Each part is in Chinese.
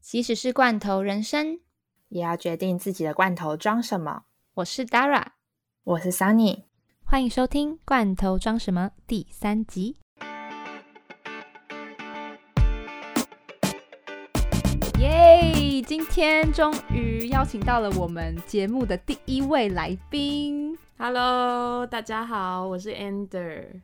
即使是罐头人生。也要决定自己的罐头装什么。我是 Dara，我是 Sunny，欢迎收听《罐头装什么》第三集。耶！今天终于邀请到了我们节目的第一位来宾。 Hello，大家好，我是 Ender。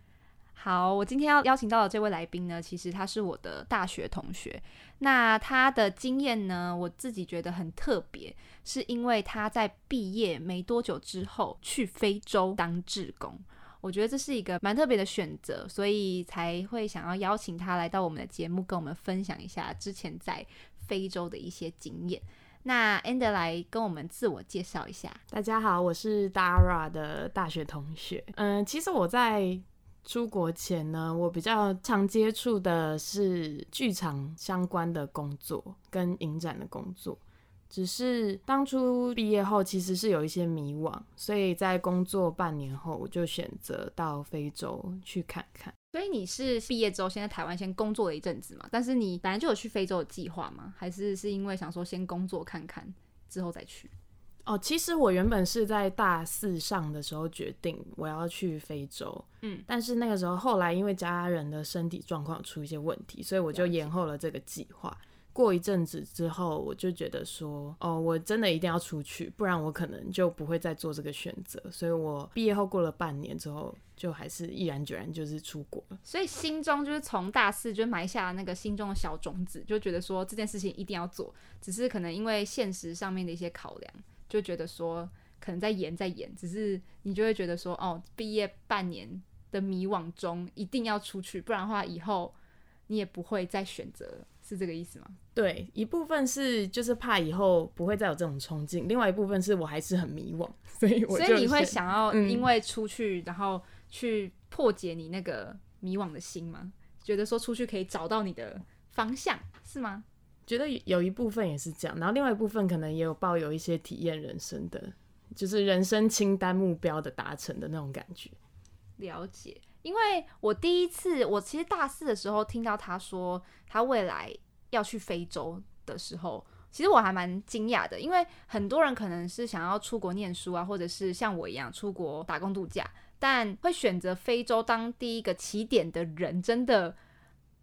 好，我今天要邀请到的这位来宾呢，其实他是我的大学同学。那他的经验呢，我自己觉得很特别，是因为他在毕业没多久之后去非洲当志工。我觉得这是一个蛮特别的选择，所以才会想要邀请他来到我们的节目，跟我们分享一下之前在非洲的一些经验。那 Ender 来跟我们自我介绍一下。大家好，我是 Dara 的大学同学。嗯，其实我在。出国前呢，我比较常接触的是剧场相关的工作跟影展的工作。只是当初毕业后其实是有一些迷惘，所以在工作半年后，我就选择到非洲去看看。所以你是毕业之后先在台湾先工作了一阵子嘛？但是你本来就有去非洲的计划吗？还是是因为想说先工作看看之后再去？哦，其实我原本是在大四上的时候决定我要去非洲，嗯，但是那个时候后来因为家人的身体状况出一些问题，所以我就延后了这个计划。过一阵子之后，我就觉得说，哦，我真的一定要出去，不然我可能就不会再做这个选择。所以我毕业后过了半年之后，就还是毅然决然就是出国了。所以心中就是从大四就埋下那个心中的小种子，就觉得说这件事情一定要做，只是可能因为现实上面的一些考量，就觉得说可能在演在演，只是你就会觉得说，哦，毕业半年的迷惘中一定要出去，不然的话以后你也不会再选择了，是这个意思吗？对，一部分是就是怕以后不会再有这种冲劲，另外一部分是我还是很迷惘，所以我所就以你会选想要嗯因为出去，然后去破解你那个迷惘的心吗？觉得说出去可以找到你的方向是吗？觉得有一部分也是这样，然后另外一部分可能也有抱有一些体验人生的，就是人生清单目标的达成的那种感觉。了解，因为我第一次，我其实大四的时候听到他说他未来要去非洲的时候，其实我还蛮惊讶的，因为很多人可能是想要出国念书啊，或者是像我一样出国打工度假，但会选择非洲当第一个起点的人真的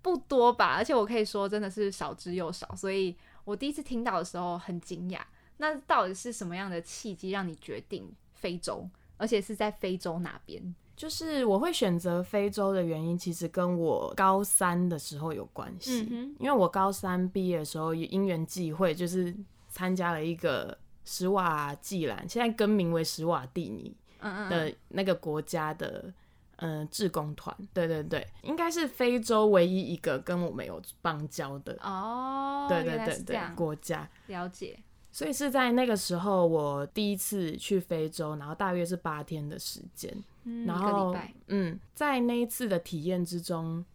不多吧，而且我可以说真的是少之又少，所以我第一次听到的时候很惊讶。那到底是什么样的契机让你决定非洲，而且是在非洲哪边？就是我会选择非洲的原因，其实跟我高三的时候有关系，嗯因为我高三毕业的时候也因缘际会，就是参加了一个史瓦济兰，现在更名为史瓦蒂尼嗯嗯嗯，的那个国家的。嗯，志工团，对对对，应该是非洲唯一一个跟我们有邦交的，哦，对原对来对是这对样，国家。了解，所以是在那个时候，我第一次去非洲，然后大约是八天的时间，嗯，然一个后礼拜，嗯，在那一次的体验之中，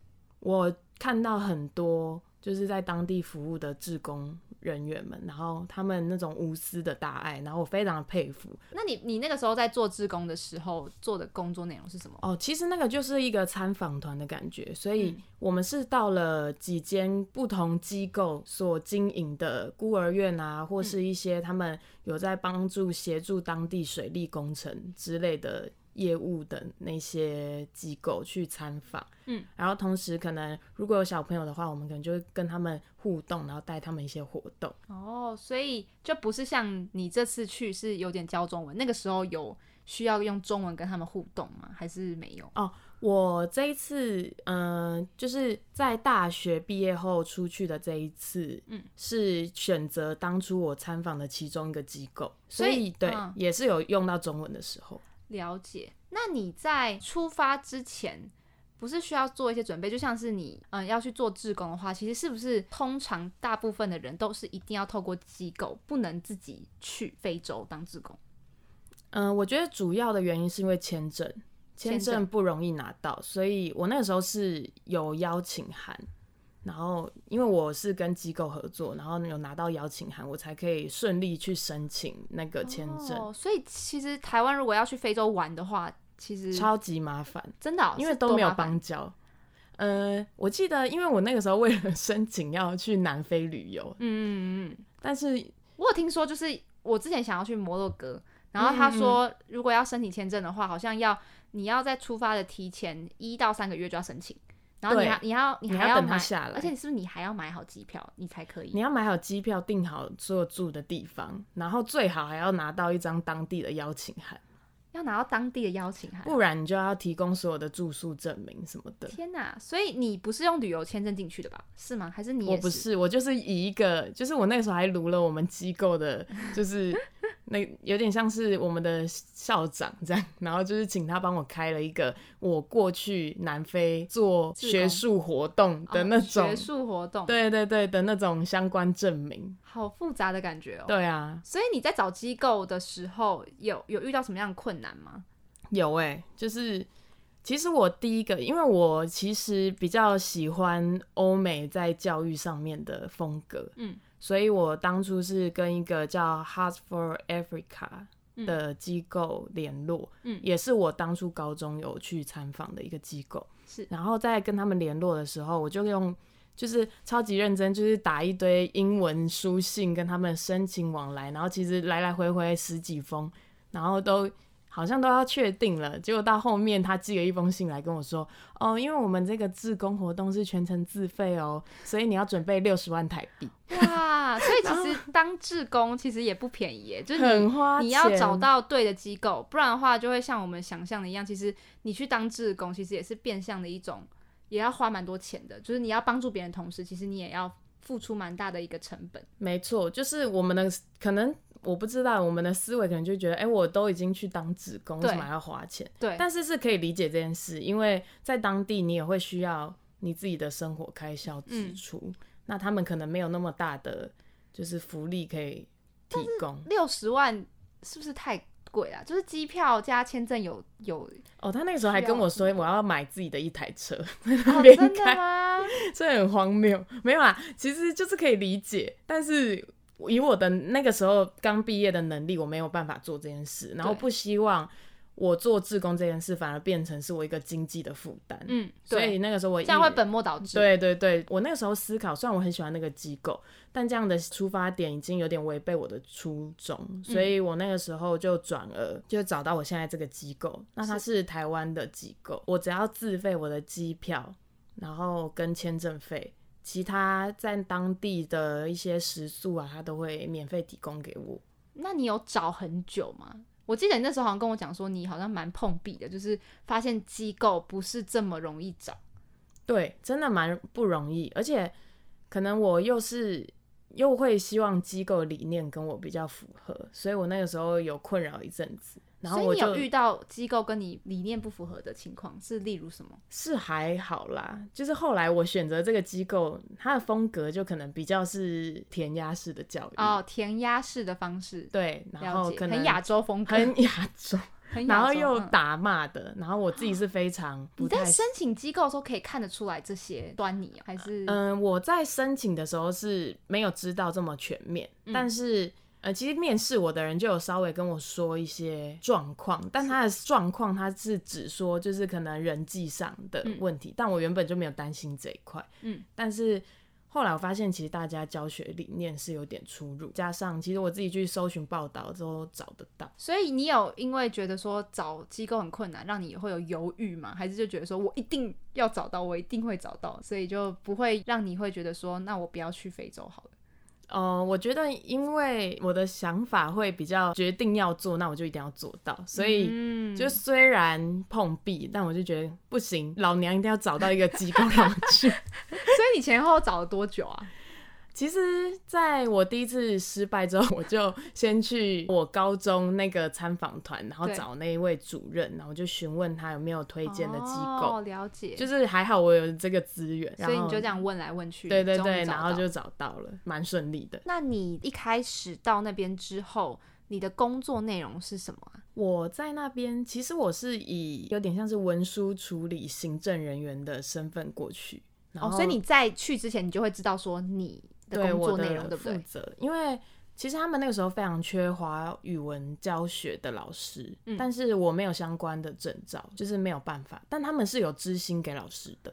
我看到很多就是在当地服务的志工人员们，然后他们那种无私的大爱，然后我非常佩服。那你你那个时候在做志工的时候做的工作内容是什么？哦，其实那个就是一个参访团的感觉，所以嗯我们是到了几间不同机构所经营的孤儿院啊，嗯或是一些他们有在帮助协助当地水利工程之类的业务的那些机构去参访。嗯，然后同时可能如果有小朋友的话，我们可能就会跟他们互动，然后带他们一些活动。哦，所以就不是像你这次去是有点教中文，那个时候有需要用中文跟他们互动吗？还是没有？我这一次，嗯、就是在大学毕业后出去的这一次，嗯，是选择当初我参访的其中一个机构，所所以以对、嗯也是有用到中文的时候。了解。那你在出发之前，不是需要做一些准备？就像是你嗯要去做志工的话，其实是不是通常大部分的人都是一定要透过机构，不能自己去非洲当志工？嗯、我觉得主要的原因是因为签证，签签证证不容易拿到，所以我那个时候是有邀请函，然后因为我是跟机构合作，然后有拿到邀请函，我才可以顺利去申请那个签证，哦，所以其实台湾如果要去非洲玩的话，其实超级麻烦，真的哦、因为是多都没有麻烦邦交。呃，我记得，因为我那个时候为了 申请要去南非旅游，嗯嗯嗯，但是我有听说，就是我之前想要去摩洛哥，然后他嗯说如果要申请签证的话，好像要你要在出发的提前一到三个月就要申请，然后你对还你还要你你还要等买它，下来，而且你是不是你还要买好机票你才可以？你要买好机票，订好所有住的地方，然后最好还要拿到一张当地的邀请函，要拿到当地的邀请函。不然你就要提供所有的住宿证明什么的。天哪！所以你不是用旅游签证进去的吧？是吗？还是你也我不是，我就是以一个，就是我那时候还撸了我们机构的，就是 那有点像是我们的校长这样，然后就是请他帮我开了一个我过去南非做志工学术活动的哦那种，学术活动？，对对对的那种相关证明。好复杂的感觉哦。对啊，所以你在找机构的时候，有有遇到什么样的困难吗？有哎、就是其实我第一个，因为我其实比较喜欢欧美在教育上面的风格，嗯，所以我当初是跟一个叫 Heart for Africa 嗯的机构联络，嗯也是我当初高中有去参访的一个机构，是然后在跟他们联络的时候，我就用。就是超级认真，就是打一堆英文书信跟他们申请往来，然后其实来来回回十几封，然后都好像都要确定了，结果到后面他寄了一封信来跟我说，哦，因为我们这个志工活动是全程自费哦，所以你要准备六十万台币，哇， 所以其实当志工其实也不便宜耶，就是你很花钱。你要找到对的机构，不然的话就会像我们想象的一样，其实你去当志工，其实也是变相的一种，也要花蛮多钱的，就是你要帮助别人的同时，其实你也要付出蛮大的一个成本。没错，就是我们的可能我不知道，我们的思维可能就觉得，哎、我都已经去当职工，为对什么还要花钱？对，但是是可以理解这件事，因为在当地你也会需要你自己的生活开销支嗯出，那他们可能没有那么大的就是福利可以提供。六十万是不是太贵了？就是机票加签证有 有、哦，他那个时候还需跟要我说我要买自己的一台车， 哦、边真的开吗？这很荒谬。没有啦，其实就是可以理解，但是以我的那个时候刚毕业的能力，我没有办法做这件事，然后对不希望我做志工这件事反而变成是我一个经济的负担。，嗯，所以对，那个时候我这样会一本末倒置。对对对，我那个时候思考，虽然我很喜欢那个机构，但这样的出发点已经有点违背我的初衷，所以我那个时候就转而就找到我现在这个机构。那它是台湾的机构，我只要自费我的机票，然后跟签证费，其他在当地的一些食宿啊，它都会免费提供给我。那你有找很久吗？我记得你那时候好像跟我讲说，你好像蛮碰壁的，就是发现机构不是这么容易找。对，真的蛮不容易，而且可能我又是又会希望机构理念跟我比较符合，所以我那个时候有困扰一阵子，然后所以我你有就遇到机构跟你理念不符合的情况，是例如什么？是还好啦，就是后来我选择这个机构，它的风格就可能比较是填鸭式的教育，哦，填鸭式的方式，对，然了后解，可能很亚洲风格，很 亚洲，很亚然洲后又嗯打骂的，然后我自己是非常不你在太申请机构的时候可以看得出来这些端倪哦、还是嗯，我在申请的时候是没有知道这么全面，嗯但是呃，其实面试我的人就有稍微跟我说一些状况，但他的状况他是只说就是可能人际上的嗯问题，但我原本就没有担心这一块，嗯，但是。后来我发现，其实大家教学理念是有点出入，加上其实我自己去搜寻报道都找得到。所以你有因为觉得说找机构很困难，让你会有犹豫吗？还是就觉得说我一定要找到，我一定会找到，所以就不会让你会觉得说，那我不要去非洲好了。呃，我觉得因为我的想法会比较决定要做，那我就一定要做到，所以嗯就虽然碰壁，但我就觉得不行， 老娘一定要找到一个机构让我去。所以你前后找了多久啊？ 其实，在我第一次失败之后，我就先去我高中那个参访团，然后对找那一位主任，然后就询问他有没有 推荐的机哦，构。了解，就是还好我有这个资源，所以你就这样，样问来问去，对对终于对，找然后到就找到了，蛮顺利的。那你一开始到那边之后，你的工作内容是什么啊？我在那边，其实我是以有点像是文书处理行政人员的身份过去，然哦，后所以你在去之前，你就会知道说你的对工我作的内容，对不负对？责，因为其实他们那个时候非常缺华语文教学的老师，嗯但是我没有相关的证照，就是没有办法。但他们是有知心给老师的，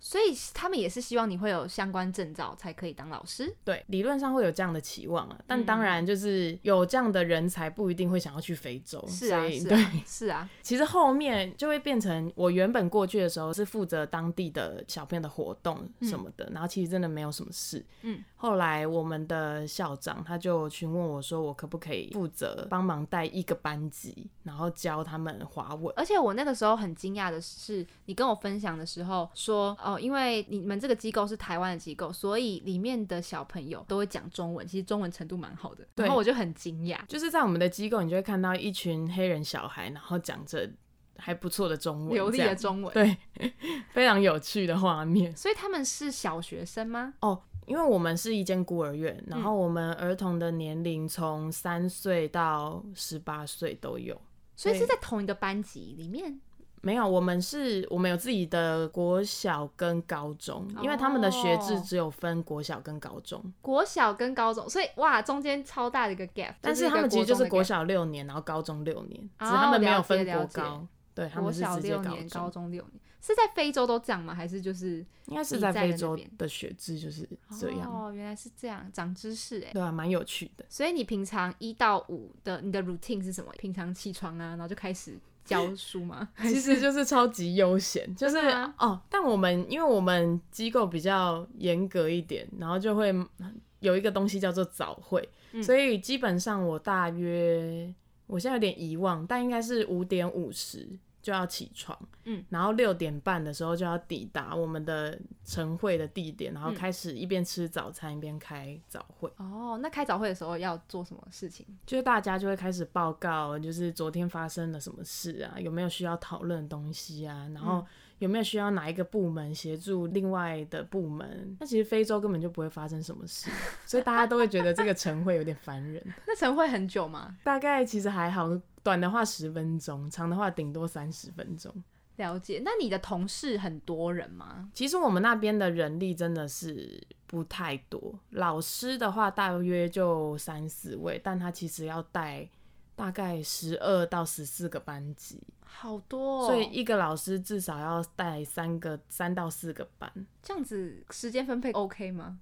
所以他们也是希望你会有相关证照才可以当老师。对，理论上会有这样的期望啊，但嗯当然就是有这样的人才不一定会想要去非洲，是啊所，以是对，啊，是啊，其实后面就会变成我原本过去的时候是负责当地的小朋友的活动什么的，然后其实真的没有什么事。嗯，后来我们的校长他就询问我说，我可不可以负责帮忙带一个班级，然后教他们华文。而且我那个时候很惊讶的是，你跟我分享的时候说，哦，因为你们这个机构是台湾的机构，所以里面的小朋友都会讲中文，其实中文程度蛮好的。对然后我就很惊讶，就是在我们的机构，你就会看到一群黑人小孩，然后讲着还不错的中文，流利这的样中文。对， 非常有趣的画面。所以他们是小学生吗？哦，因为我们是一间孤儿院，然嗯后我们儿童的年龄从三岁到十八岁都有。所以对是在同一个班级里面。没有，我们是我们有自己的国小跟高中，因为他们的学制哦只有分国小跟高中，国小跟高中，所以哇，中间超大的一个 gap，但是是他们其实就是国小，小六年，然后高中六年，哦只是他们没有分了国解了高，对，他国们是小直接六高年，高中，中六年，是在非洲都这样吗？还是就是应该是你在在非的那洲边的学制就是这样，哦，原来是这样，长知识哎。对啊，蛮有趣的。所以你平常一到五的你的 routine 是什么？平常起床啊，然后就开始教书吗？其实就是超级悠闲，就是真的吗哦，但我们因为我们机构比较严格一点，然后就会有一个东西叫做早会，嗯所以基本上我大约我现在有点遗忘，但应该是五点五十就要起床，嗯，然后六点半的时候就要抵达我们的晨会的地点，然后嗯开始一边吃早餐一边开早会， 哦，那开早会的时候要做什么事情？ 就是大家就会开始报告，就是昨天发生了什么事啊，有没有需要讨论的东西啊，然后有没有需要哪一个部门协助另外的部门？那其实非洲根本就不会发生什么事，所以大家都会觉得这个晨会有点烦人。那晨会很久吗？大概其实还好，短的话十分钟，长的话顶多三十分钟。了解。那你的同事很多人吗？其实我们那边的人力真的是不太多，老师的话大约就三四位，但他其实要带大概十二到十四个班级，好多、哦，所以一个老师至少要带三个三到四个班。这样子时间分配 OK 吗？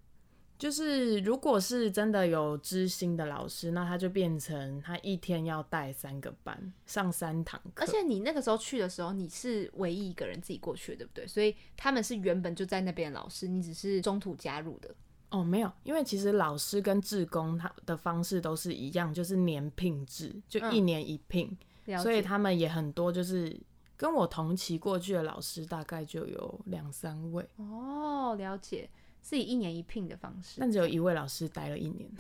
就是如果是真的有知心的老师，那他就变成他一天要带三个班，上三堂课。而且你那个时候去的时候，你是唯一一个人自己过去的，对不对？所以他们是原本就在那边的老师，你只是中途加入的。哦，没有，因为其实老师跟志工他的方式都是一样，就是年聘制，就一嗯年一聘。了解所以他们也很多，就是跟我同期过去的老师大概就有两三位，哦，了解，是以一年一聘的方式，但只有一位老师待了一年。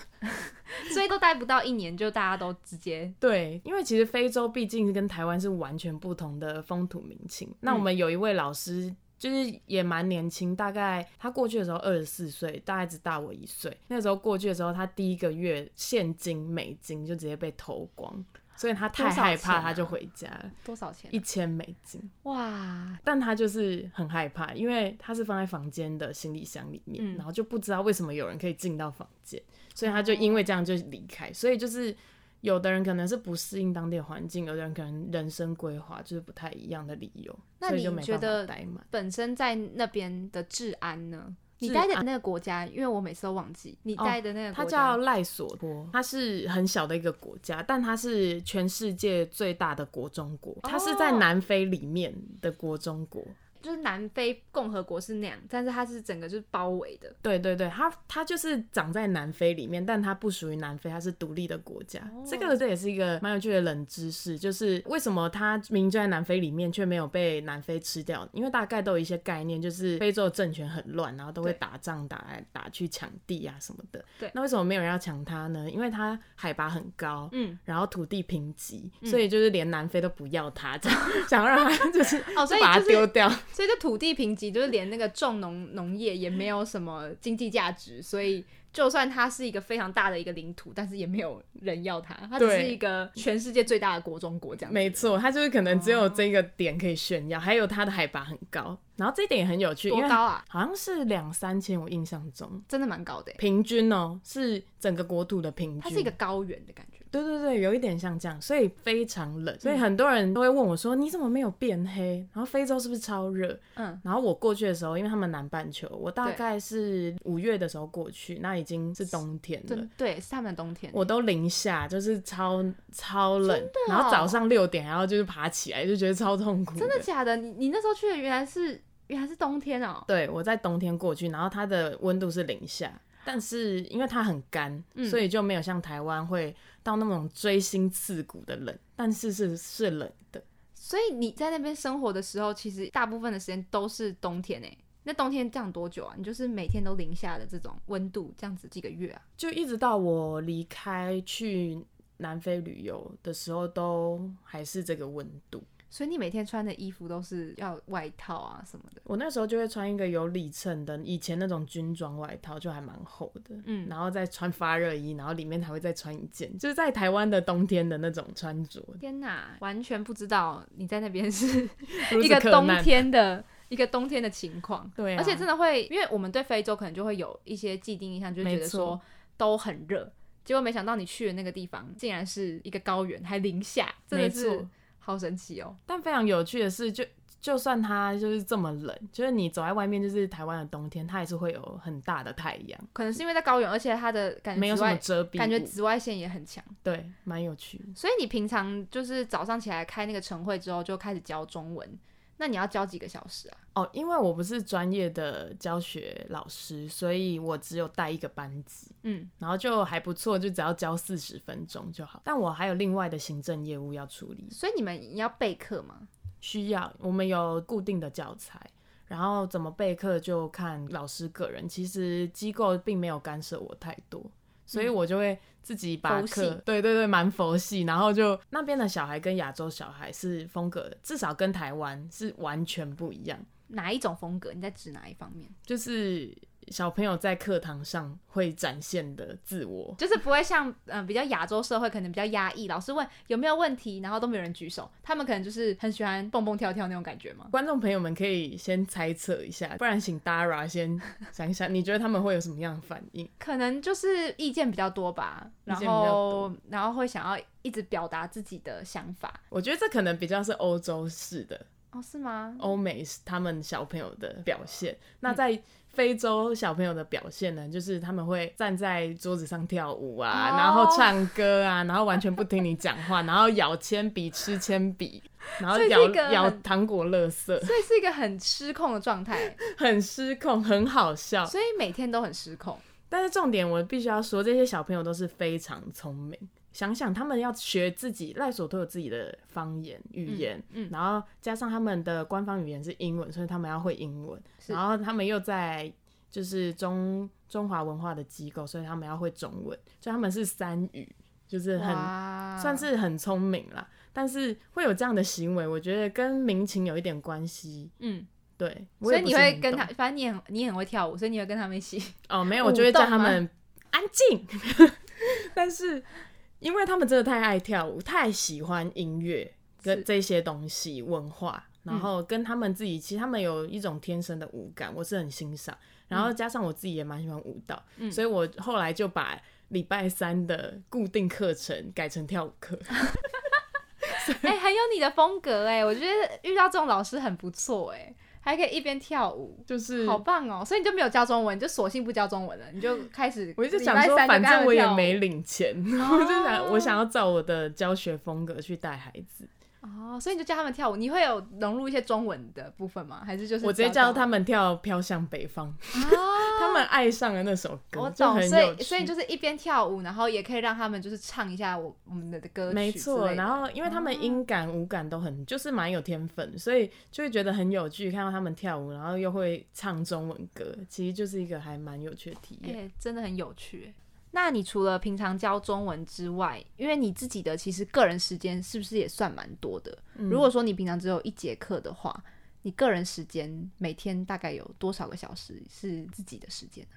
所以都待不到一年，就大家都直接对，因为其实非洲毕竟跟台湾是完全不同的风土民情。那我嗯们有一位老师。就是也蛮年轻，大概他过去的时候二十四岁，大概只大我一岁。那时候过去的时候，他第一个月现金美金就直接被偷光，所以他太多少害怕，钱啊他就回家了，多少钱啊、一千美金。哇，但他就是很害怕，因为他是放在房间的行李箱里面，嗯然后就不知道为什么有人可以进到房间，所以他就因为这样就离开。所以就是有的人可能是不适应当地的环境，有的人可能人生规划就是不太一样的理由，那所以你就没觉办法得待满。本身在那边的治安呢？你治待的那个国家，因为我每次都忘记你哦待的那个它国家，叫赖索托，它是很小的一个国家，但它是全世界最大的国中国，它是在哦南非里面的国中国。就是南非共和国是那样，但是它是整个就是包围 的。对对对，它它就是长在南非里面，但它不属于南非，它是独立的国家。哦这个这也是一个蛮有趣的冷知识，就是为什么它明明就在南非里面，却没有被南非吃掉？因为大概都有一些概念，就是非洲的政权很乱，然后都会对打仗打来打去抢地啊什么的。对那为什么没有人要抢它呢？因为它海拔很高，嗯，然后土地贫瘠，所以就是连南非都不要它，这样 想让它就是哦，所以把它就是丢掉。所以就土地贫瘠，就是连那个种农农业也没有什么经济价值，所以就算它是一个非常大的一个领土，但是也没有人要它，它只是对一个全世界最大的国中国这样子。没错，它就是可能只哦有这个点可以炫耀，还有它的海拔很高，然后这一点也很有趣，因多为高啊？好像是两三千，我印象中真的蛮高的欸，平均哦、是整个国土的平均，它是一个高原的感觉。对对对，有一点像这样，所以非常冷，嗯所以很多人都会问我说：“你怎么没有变黑？”然后非洲是不是超热？嗯，然后我过去的时候，因为他们南半球，我大对概是五月的时候过去，那已经是冬天了真。对，是他们的冬天。我都零下，就是超超冷，哦然后早上六点还要就是爬起来，就觉得超痛苦真的假的？你你那时候去的原来是原来是冬天哦、对，我在冬天过去，然后它的温度是零下，但是因为它很干，嗯所以就没有像台湾会到那种锥心刺骨的冷，但是是是冷的。所以你在那边生活的时候，其实大部分的时间都是冬天诶、欸那冬天这样多久啊？你就是每天都零下的这种温度，这样子几个月啊？就一直到我离开去南非旅游的时候，都还是这个温度。所以你每天穿的衣服都是要外套啊什么的。我那时候就会穿一个有里衬的，以前那种军装外套就还蛮厚的，嗯然后再穿发热衣，然后里面还会再穿一件， 就是在台湾的冬天的那种穿着，天哪，完全不知道你在那边是 如一此个可冬难天的一个冬天的情况。对啊而且真的会，因为我们对非洲可能就会有一些既定印象，就觉没得错说都很热，结果没想到你去的那个地方竟然是一个高原，还零下，真没的错是。好神奇哦！但非常有趣的是，就就算它就是这么冷，就是你走在外面，就是台湾的冬天，它也是会有很大的太阳，可能是因为在高原，而且它的感觉没有紫什么外遮蔽物，感觉嗯紫外线也很强，对，蛮有趣的。所以你平常就是早上起来开那个晨会之后就开始教中文，那你要教几个小时啊？哦，因为我不是专业的教学老师，所以我只有带一个班级，嗯，然后就还不错，就只要教四十分钟就好。但我还有另外的行政业务要处理，所以你们要备课吗？需要我们有固定的教材，然后怎么备课就看老师个人。其实机构并没有干涉我太多，所以我就会自己嗯把佛系课，对对对，蛮佛系。然后就那边的小孩跟亚洲小孩是风格，至少跟台湾是完全不一样，哪一种风格？你在指哪一方面？就是。小朋友在课堂上会展现的自我，就是不会像嗯、呃比较亚洲社会可能比较压抑，老师问有没有问题，然后都没有人举手，他们可能就是很喜欢蹦蹦跳跳那种感觉吗？观众朋友们可以先猜测一下，不然请 Dara 先想一想，你觉得他们会有什么样的反应？可能就是意见比较多吧，意见然比较后然后会想要一直表达自己的想法我觉得这可能比较是欧洲式的，哦，是吗？欧美是他们小朋友的表现。那嗯在非洲小朋友的表现呢，就是他们会站在桌子上跳舞啊，哦然后唱歌啊，然后完全不听你讲话，然后咬铅笔、吃铅笔，然后这是咬一个很咬糖果、垃圾，所以是一个很失控的状 态，很失控，很好笑。所以每天都很失控。但是重点我必须要说，这些小朋友都是非常聪明。想想他们要学自己，赖索都有自己的方言语言，嗯嗯然后加上他们的官方语言是英文，所以他们要会英文。是然后他们又在就是中中华文化的机构，所以他们要会中文，所以他们是三语，就是很哇算是很聪明啦。但是会有这样的行为，我觉得跟民情有一点关系。嗯，对，我所也以不你是会很跟懂他，反正你很你很会跳舞，所以你会跟他们 一起。哦，没有，舞我就会叫动他吗们安静。 但是，因为他们真的太爱跳舞，太喜欢音乐跟是这些东西文化，然嗯后跟他们自己，其实他们有一种天生的舞感，我是很欣赏。然后加上我自己也蛮喜欢舞蹈，嗯所以我后来就把礼拜三的固定课程改成跳舞课。 哎、很有你的风格哎、我觉得遇到这种老师很不错哎、还可以一边跳舞，就是好棒哦！所以你就没有教中文，你就索性不教中文了，你就开始我一直礼想拜说，三就反跟他正们我也跳舞没 领钱，我就想我想要照我的教学风格去带孩子。哦，所以你就教他们跳舞，你会有融入一些中文的部分吗？还是就是我直接教他们？们跳《飘向北方》 哦，他们爱上了那首歌，我就哦懂，很所有以趣。所以就是一边跳舞，然后也可以让他们就是唱一下我我们的哦歌曲，没错，然。后因为他们音感、舞感都很，就是蛮有天分，所以就会觉得很有趣。看到他们跳舞，然后又会唱中文歌，其实就是一个还蛮有趣的体哎、验。真的很有趣耶。那你除了平常教中文之外，因为你自己的其实个人时间是不是也算蛮多的？嗯如果说你平常只有一节课的话，你个人时间每天大概有多少个小时是自己的时间、啊、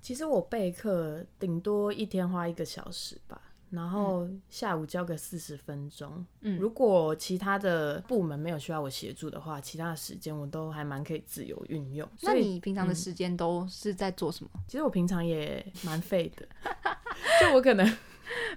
其实我备课顶多一天花一个小时吧，然后下午教个四十分钟。嗯如果其他的部门没有需要我协助的话，其他的时间我都还蛮可以自由运用。那所以你平常的嗯时间都是在做什么？其实我平常也蛮废的， 就我可能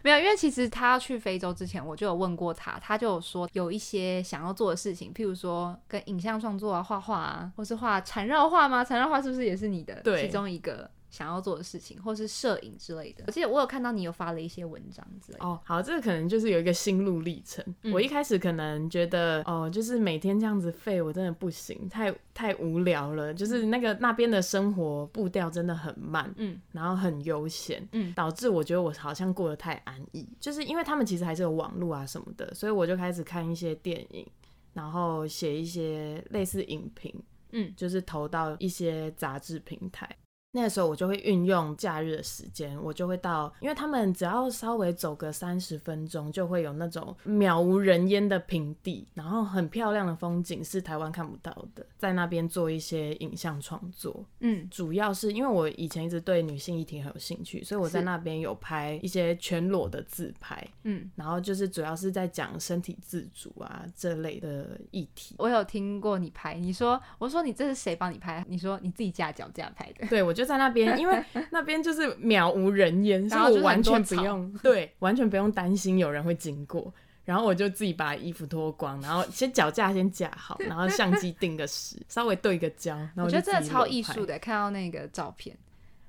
没有，因为其实他要去非洲之前，我就有问过他，他就有说有一些想要做的事情，譬如说跟影像创作啊、画画啊，或是画缠绕画吗？缠绕画是不是也是你的对其中一个想要做的事情，或是摄影之类的？我记得我有看到你有发了一些文章之类的。哦，好，这个可能就是有一个心路历程。嗯我一开始可能觉得，哦，就是每天这样子废，我真的不行，太太无聊了。就是那个那边的生活步调真的很慢，嗯然后很悠闲，嗯导致我觉得我好像过得太安逸。就是因为他们其实还是有网络啊什么的，所以我就开始看一些电影，然后写一些类似影评，嗯就是投到一些杂志平台。那个时候我就会运用假日的时间，我就会到，因为他们只要稍微走个三十分钟，就会有那种渺无人烟的平地，然后很漂亮的风景是台湾看不到的，在那边做一些影像创作。嗯主要是因为我以前一直对女性议题很有兴趣，所以我在是那边有拍一些全裸的自拍，嗯，然后就是主要是在讲身体自主啊这类的议题。我有听过你拍，你说我说你这是谁帮你拍？你说你自己架脚架拍的。对，我就在那边，因为 那边就是渺无人烟，所然后以就我是完很多全不草用， 对，完全不用担心有人会经过。然后我就自己把衣服脱光，然后先脚架先架好，然后相机定个时，稍微对个焦。然后我觉就得真的自己超裸艺拍术，的，看到那个照片。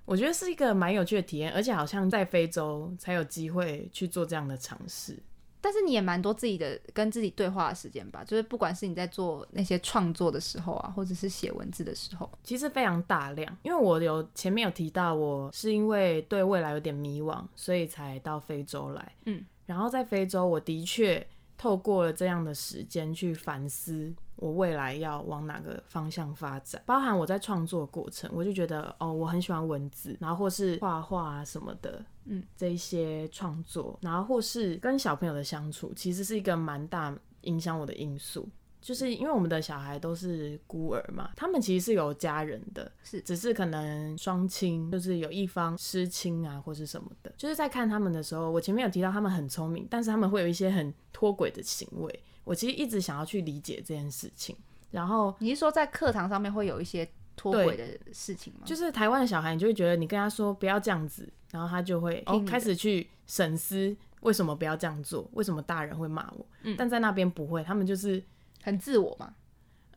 我觉得是一个蛮有趣的体验，而且好像在非洲才有机会去做这样的尝试。但是你也蛮多自己的跟自己对话的时间吧，就是不管是你在做那些创作的时候啊，或者是写文字的时候，其实非常大量，因为我有前面有提到，我是因为对未来有点迷惘，所以才到非洲来。嗯，然后在非洲，我的确透过了这样的时间去反思我未来要往哪个方向发展，包含我在创作过程，我就觉得哦，我很喜欢文字，然后或是画画啊什么的，嗯，这一些创作，然后或是跟小朋友的相处，其实是一个蛮大影响我的因素。就是因为我们的小孩都是孤儿嘛，他们其实是有家人的，是只是可能双亲就是有一方失亲啊，或是什么的。就是在看他们的时候，我前面有提到他们很聪明，但是他们会有一些很脱轨的行为。我其实一直想要去理解这件事情，然后你是说在课堂上面会有一些脱轨的事情吗？就是是台湾的小孩，你就会觉得你跟他说不要这样子，然后他就会听哦你的开始去审思为什么不要这样做，为什么大人会骂我。嗯但在那边不会，他们就是很自我嘛。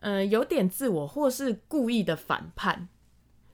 呃，有点自我或是故意的反叛，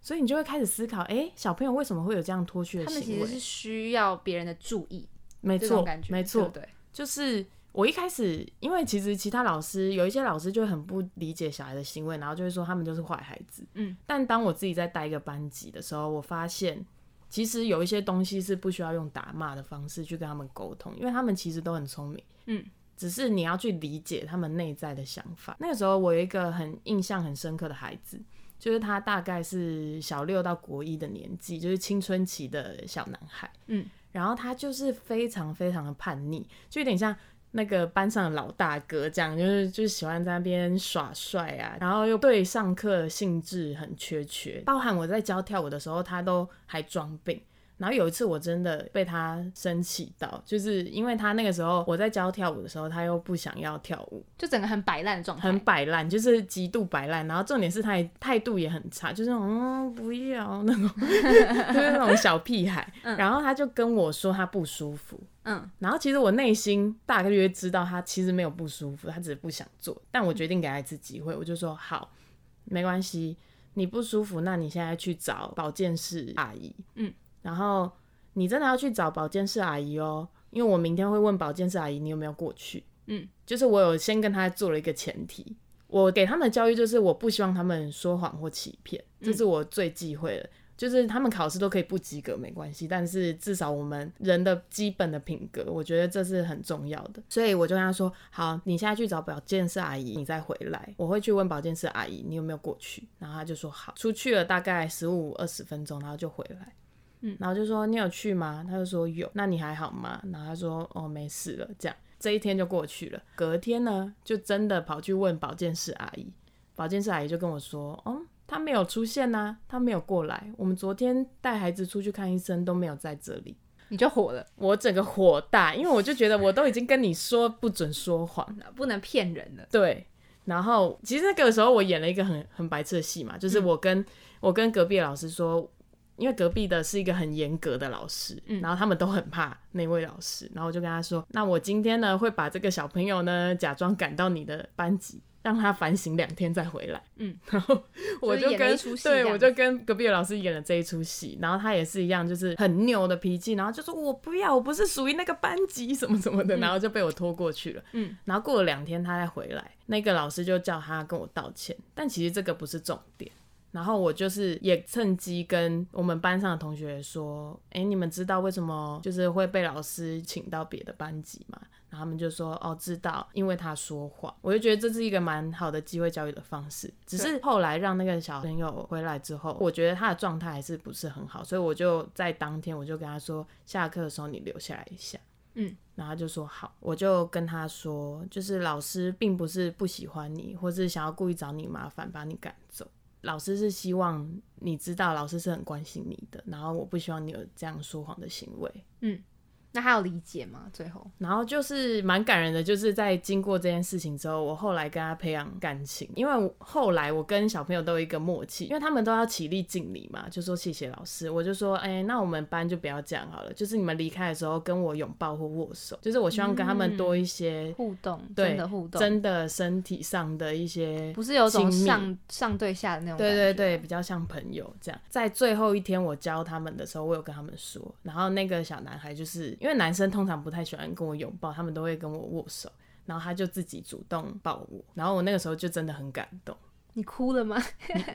所以你就会开始思考，哎、小朋友为什么会有这样脱序的他们其行实为？是需要别人的注意，没这种错感，觉，没错，对不对？就是我一开始，因为其实其他老师有一些老师就很不理解小孩的行为，然后就会说他们就是坏孩子。嗯，但当我自己在带一个班级的时候，我发现其实有一些东西是不需要用打骂的方式去跟他们沟通，因为他们其实都很聪明。嗯。只是你要去理解他们内在的想法。那个时候，我有一个很印象很深刻的孩子，就是他大概是小六到国一的年纪，就是青春期的小男孩。嗯，然后他就是非常非常的叛逆，就有点像那个班上的老大哥这样，就是就是喜欢在那边耍帅啊，然后又对上课兴致很缺缺。包含我在教跳舞的时候，他都还装病。然后有一次我真的被他生气到，就是因为他那个时候我在教跳舞的时候，他又不想要跳舞，就整个很摆烂的状态，很摆烂，就是极度摆烂。然后重点是他也态度也很差，就是那种嗯不要那种， 就是那种小屁孩。然后他就跟我说他不舒服，嗯然后其实我内心大概略知道他其实没有不舒服，他只是不想做。但我决定给他一次机会，我就说好，没关系，你不舒服，那你现在去找保健室阿姨，嗯，然后你真的要去找保健室阿姨哦，因为我明天会问保健室阿姨你哦有没有过去，嗯，就是我有先跟他做了一个前提。我给他们的教育就是，我不希望他们说谎或欺骗，这是我最忌讳的。就是他们考试都可以不及格没关系，但是至少我们人的基本的品格，我觉得这是很重要的。所以我就跟他说：“好，你现在去找保健室阿姨，你再回来，我会去问保健室阿姨你有没有过去。”然后他就说：“好。”出去了大概十五二十分钟，然后就回来。嗯然后就说你有去吗？他就说有。那你还好吗？然后他说哦没事了，这样这一天就过去了。隔天呢，就真的跑去问保健室阿姨，保健室阿姨就跟我说，哦，他没有出现呐、啊他没有过来。我们昨天带孩子出去看医生都没有在这里，你就火了，我整个火大，因为我就觉得我都已经跟你说不准说谎，不能骗人了。对。然后其实那个时候我演了一个很很白痴的戏嘛，就是我跟、我跟隔壁的老师说，因为隔壁的是一个很严格的老师，嗯然后他们都很怕那位老师，然后我就跟他说，那我今天呢会把这个小朋友呢假装赶到你的班级。让他反省两天再回来，嗯，然后我就是演了跟一出戏对这样我就跟隔壁的老师演了这一出戏，然后他也是一样，就是很拗的脾气，然后就说我不要，我不是属于那个班级什么什么的，嗯然后就被我拖过去了。嗯，然后过了两天他再回来，那个老师就叫他跟我道歉，但其实这个不是重点。然后我就是也趁机跟我们班上的同学说，哎，你们知道为什么就是会被老师请到别的班级吗？然后他们就说，哦，知道，因为他说谎。我就觉得这是一个蛮好的机会教育的方式。只是后来让那个小朋友回来之后，我觉得他的状态还是不是很好，所以我就在当天我就跟他说，下课的时候你留下来一下。然后他就说好，我就跟他说，就是老师并不是不喜欢你，或是想要故意找你麻烦把你赶走，老师是希望你知道老师是很关心你的，然后我不希望你有这样说谎的行为。那他有理解吗？最后，然后就是嗯蛮感人的，就是在经过这件事情之后，我后来跟他培养感情，因为我后来我跟小朋友都有一个默契，因为他们都要起立敬礼嘛，就说谢谢老师，我就说，哎、那我们班就不要这样好了，就是你们离开的时候跟我拥抱或握手，就是我希望跟他们多一些互动，对真的互动，真的身体上的一些，不是有种亲密上上对下的那种感对觉。啊对对，比较像朋友这样。在最后一天我教他们的时候，我有跟他们说，然后那个小男孩就是因为男生通常不太喜欢跟我拥抱，他们都会跟我握手，然后他就自己主动抱我，然后我那个时候就真的很感 动，你哭了吗？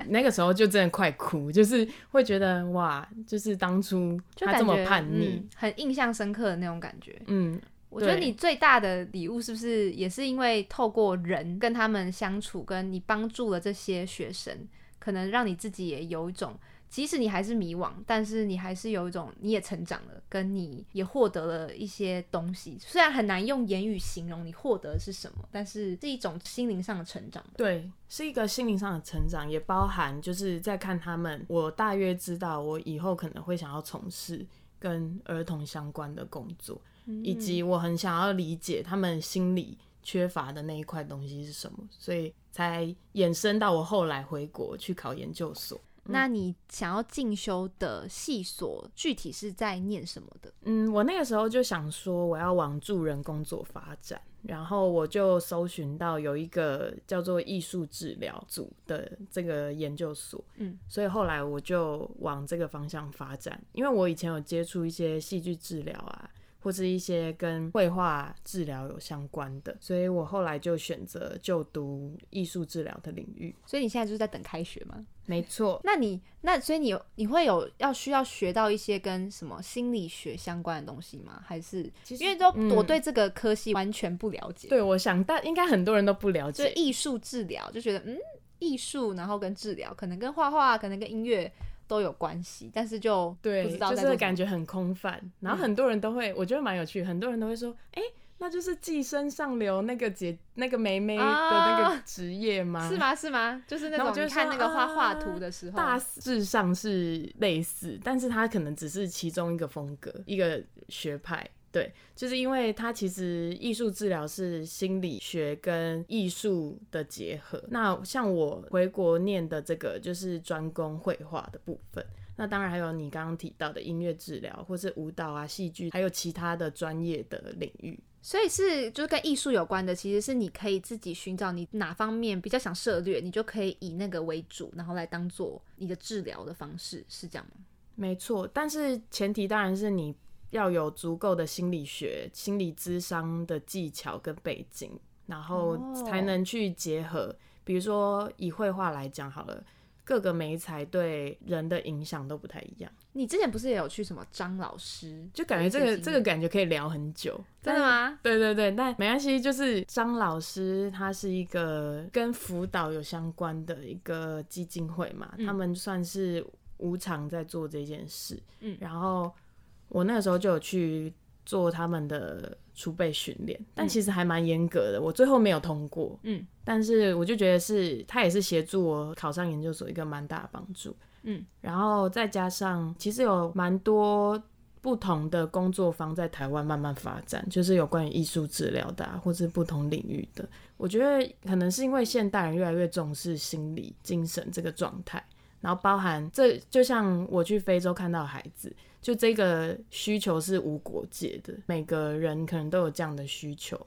那个时候就真的快哭，就是会觉得哇，就是当初就他感这么觉叛逆嗯，很印象深刻的那种感觉。嗯，我觉得对你最大的礼物是不是也是因为透过人跟他们相处，跟你帮助了这些学生，可能让你自己也有一种，即使你还是迷惘，但是你还是有一种你也成长了，跟你也获得了一些东西。虽然很难用言语形容你获得的是什么，但是是一种心灵上的成长吧。对，是一个心灵上的成长，也包含就是在看他们，我大约知道我以后可能会想要从事跟儿童相关的工作，以嗯及我很想要理解他们心里缺乏的那一块东西是什么，所以才衍生到我后来回国去考研究所。那你想要进修的系所具体是在念什么的？嗯，我那个时候就想说，我要往助人工作发展，然后我就搜寻到有一个叫做艺术治疗组的这个研究所，嗯，所以后来我就往这个方向发展，因为我以前有接触一些戏剧治疗啊，或是一些跟绘画治疗有相关的，所以我后来就选择就读艺术治疗的领域。所以你现在就是在等开学吗？没错，那你那所以你有你会有要需要学到一些跟什么心理学相关的东西吗？还是其实因为都、嗯我对这个科系完全不了解，对我想大应该很多人都不了就是，解艺术治疗就觉得嗯艺术，然后跟治疗可能跟画画，可能跟音乐都有关系，但是就对，不知道就在做是什么嗯感觉很空泛。然后很多人都会，我觉得蛮有趣，很多人都会说，哎、那就是寄生上流那个姐那个梅梅的那个嗯啊职业吗？是？吗？是吗？就是那然后种我就你看说那个画啊画图的时候，大致上是类似，但是它可能只是其中一个风格，一个学派。对，就是因为它其实艺术治疗是心理学跟艺术的结合。那像我回国念的这个，就是专攻绘画的部分。那当然还有你刚刚提到的音乐治疗，或是舞蹈啊、戏剧，还有其他的专业的领域。所以是就是跟艺术有关的，其实是你可以自己寻找你哪方面比较想涉略，你就可以以那个为主，然后来当做你的治疗的方式，是这样吗？没错，但是前提当然是你要有足够的心理学、心理智商的技巧跟背景，然后哦才能去结合。比如说以绘画来讲好了，各个媒材对人的影响都不太一样，你之前不是也有去什么张老师？就感觉这有一个些这经个验感觉可以聊很久，真的吗？对对对，但没关系，就是张老师他是一个跟辅导有相关的一个基金会嘛，嗯他们算是无偿在做这件事。嗯然后我那个时候就有去做他们的储备训练，但其实还蛮严格的。我最后没有通过，嗯，但是我就觉得是他也是协助我考上研究所一个蛮大的帮助，嗯，然后再加上其实有蛮多。不同的工作坊在台湾慢慢发展，就是有关于艺术治疗的、啊，或是不同领域的。我觉得可能是因为现代人越来越重视心理、精神这个状态，然后包含这就像我去非洲看到的孩子，就这个需求是无国界的，每个人可能都有这样的需求。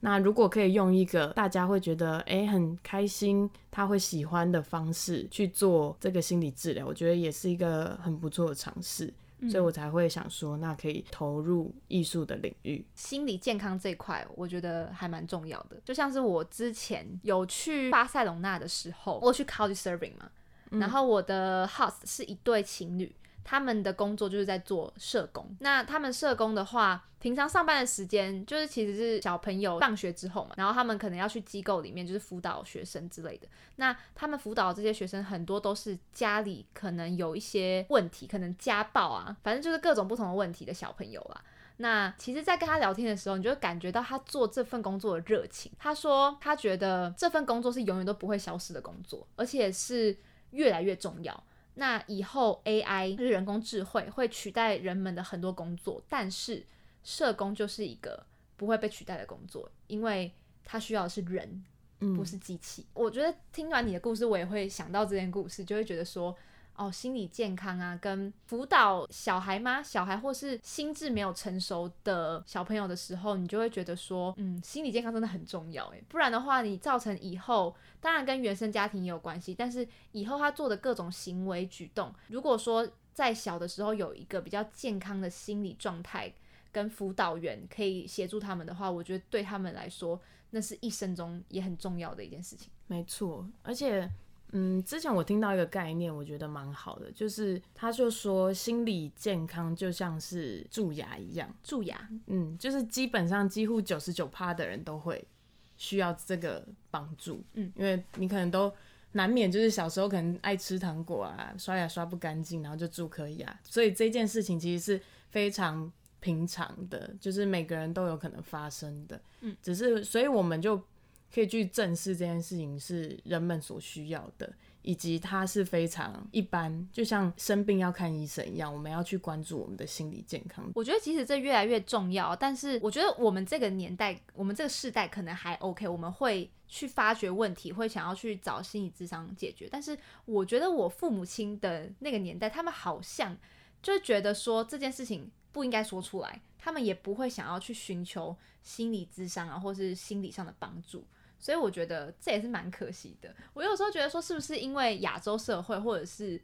那如果可以用一个大家会觉得诶很开心，他会喜欢的方式去做这个心理治疗，我觉得也是一个很不错的尝试，所以我才会想说，那可以投入艺术的领域。心理健康这一块，我觉得还蛮重要的。就像是我之前有去巴塞隆纳的时候，我有去 couch serving 嘛，然后我的 host 是一对情侣。他们的工作就是在做社工。那他们社工的话，平常上班的时间就是其实是小朋友放学之后嘛，然后他们可能要去机构里面就是辅导学生之类的。那他们辅导的这些学生很多都是家里可能有一些问题，可能家暴啊，反正就是各种不同的问题的小朋友啊啦。那其实，在跟他聊天的时候，你就会感觉到他做这份工作的热情。他说，他觉得这份工作是永远都不会消失的工作，而且是越来越重要。那以后 AI 就是人工智慧会取代人们的很多工作，但是社工就是一个不会被取代的工作，因为它需要的是人，嗯不是机器。我觉得听完你的故事，我也会想到这件故事，就会觉得说，哦，心理健康啊，跟辅导小孩吗？小孩或是心智没有成熟的小朋友的时候，你就会觉得说，嗯，心理健康真的很重要，诶，不然的话，你造成以后，当然跟原生家庭也有关系，但是以后他做的各种行为举动，如果说在小的时候有一个比较健康的心理状态。跟辅导员可以协助他们的话，我觉得对他们来说，那是一生中也很重要的一件事情。没错，而且，嗯，之前我听到一个概念，我觉得蛮好的，就是他就说心理健康就像是蛀牙一样，蛀牙，嗯，就是基本上几乎九十九趴的人都会需要这个帮助，嗯，因为你可能都难免就是小时候可能爱吃糖果啊，刷牙刷不干净，然后就蛀颗牙，所以这件事情其实是非常平常的，就是每个人都有可能发生的，嗯，只是所以我们就可以去正视这件事情是人们所需要的。以及它是非常一般，就像生病要看医生一样，我们要去关注我们的心理健康我觉得其实这越来越重要，但是我觉得我们这个年代，我们这个世代可能还 OK，我们会去发掘问题，会想要去找心理智商解决。但是我觉得我父母亲的那个年代，他们好像就觉得说这件事情不应该说出来，他们也不会想要去寻求心理智商啊，或是心理上的帮助。所以我觉得这也是蛮可惜的。我有时候觉得说，是不是因为亚洲社会或者是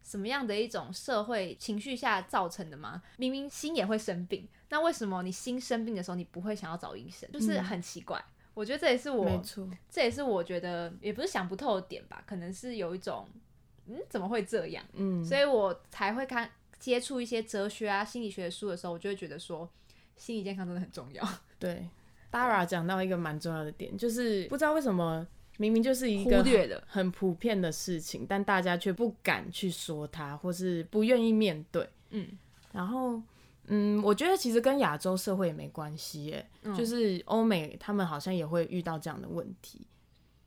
什么样的一种社会情绪下造成的吗？明明心也会生病，那为什么你心生病的时候，你不会想要找医生？就是很奇怪。我觉得这也是嗯没我，错，这也是我觉得也不是想不透的点吧，可能是有一种，嗯，怎么会这样？嗯，所以我才会看接触一些哲学啊、心理学的书的时候，我就会觉得说，心理健康真的很重要。对，Dara 讲到一个蛮重要的点，就是不知道为什么明明就是一个忽略了很普遍的事情，但大家却不敢去说它，或是不愿意面对。嗯，然后，嗯，我觉得其实跟亚洲社会也没关系，耶，嗯就是欧美他们好像也会遇到这样的问题。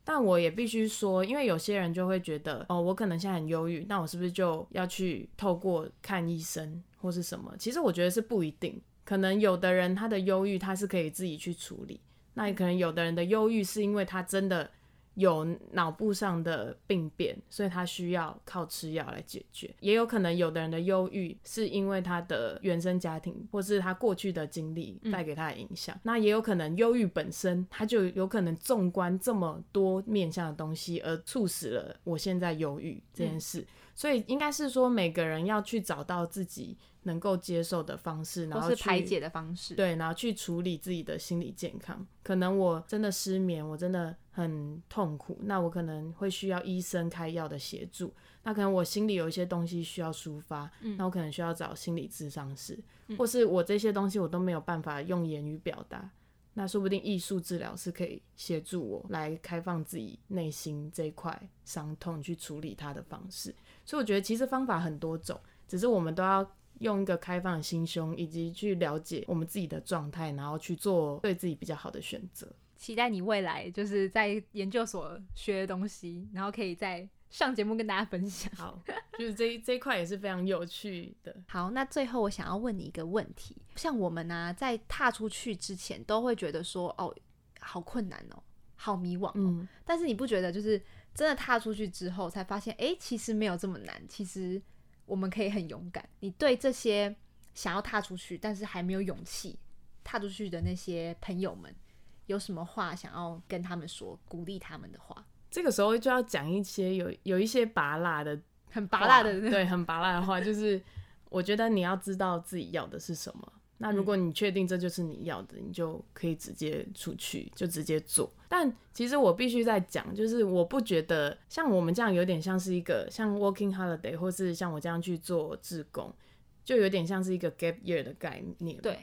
但我也必须说，因为有些人就会觉得，哦，我可能现在很忧郁，那我是不是就要去透过看医生或是什么？其实我觉得是不一定，可能有的人他的忧郁他是可以自己去处理，那可能有的人的忧郁是因为他真的有脑部上的病变，所以他需要靠吃药来解决。也有可能有的人的忧郁是因为他的原生家庭或是他过去的经历嗯带给他的影响。那也有可能忧郁本身，他就有可能纵观这么多面向的东西，而促使了我现在忧郁这嗯件事。所以应该是说，每个人要去找到自己能够接受的方式，然或后是去排解的方式。对，然后去处理自己的心理健康。可能我真的失眠，我真的很痛苦，那我可能会需要医生开药的协助。那可能我心里有一些东西需要抒发，那我可能需要找心理咨商师，或是我这些东西我都没有办法用言语表达。那说不定艺术治疗是可以协助我来开放自己内心这一块伤痛，去处理它的方式。所以我觉得其实方法很多种，只是我们都要用一个开放的心胸，以及去了解我们自己的状态，然后去做对自己比较好的选择。期待你未来就是在研究所学的东西，然后可以再上节目跟大家分享。好，就是这一这一块也是非常有趣的。 好，那最后我想要问你一个问题，像我们呢、啊在踏出去之前，都会觉得说，哦，好困难哦，好迷惘哦。嗯，但是你不觉得，就是真的踏出去之后，才发现，诶，其实没有这么难，其实我们可以很勇敢。你对这些想要踏出去，但是还没有勇气踏出去的那些朋友们，有什么话想要跟他们说，鼓励他们的话？这个时候就要讲一些有有一些拔辣的很拔拔辣的，对，很拔辣的话，就是我觉得你要知道自己要的是什么。那嗯如果你确定这就是你要的，你就可以直接出去，就直接做。但其实我必须在讲，就是我不觉得像我们这样有点像是一个像 working holiday，或是像我这样去做志工，就有点像是一个 gap year 的概念。对。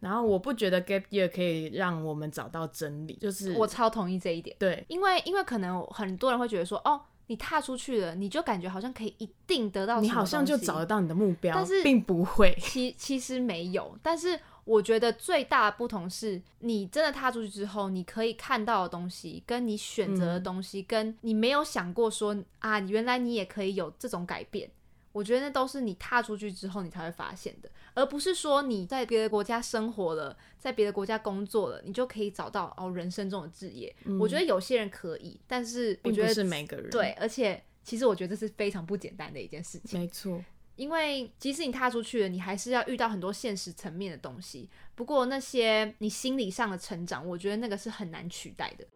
然后我不觉得 gap year 可以让我们找到真理，就是我超同意这一点。对因为因为可能很多人会觉得说，哦，你踏出去了，你就感觉好像可以一定得到，你好像就找得。到你的目标，但是并不会。其其实没有，但是我觉得最大的不同是你真的踏出去之后，你可以看到的东西，跟你选择嗯的东西，跟你没有想过说啊，原来你也可以有这种改变。我觉得那都是你踏出去之后你才会发现的，而不是说你在别的国家生活了，在别的国家工作了，你就可以找到哦人生中的置业。我觉得有些人可以，但是我嗯并觉不得是每个人对，，而且其实我觉得这是非常不简单的一件事情。没错。因为即使你踏出去了，你还是要遇到很多现实层面的东西。不过那些你心理上的成长，我觉得那个是很难取代的。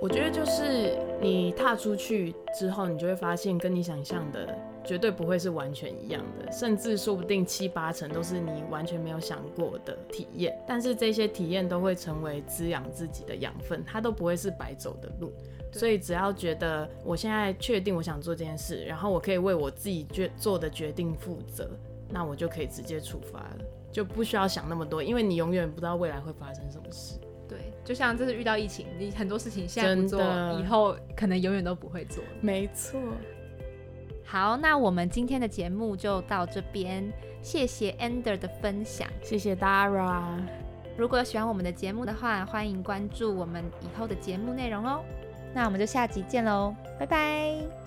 我觉得就是你踏出去之后，你就会发现跟你想象的绝对不会是完全一样的，甚至说不定七八成都是你完全没有想过的体验。但是这些体验都会成为滋养自己的养分，它都不会是白走的路。对所以只要觉得我现在确定我想做这件事，然后我可以为我自己决做的决定负责，那我就可以直接出发了，就不需要想那么多，因为你永远不知道未来会发生什么事。对，就像这次遇到疫情，你很多事情现在不真做，的以后可能永远都不会做。没错，好，那我们今天的节目就到这边，谢谢 Ender 的分享。谢谢 Dara。如果喜欢我们的节目的话，欢迎关注我们以后的节目内容哦。那我们就下集见喽，拜拜。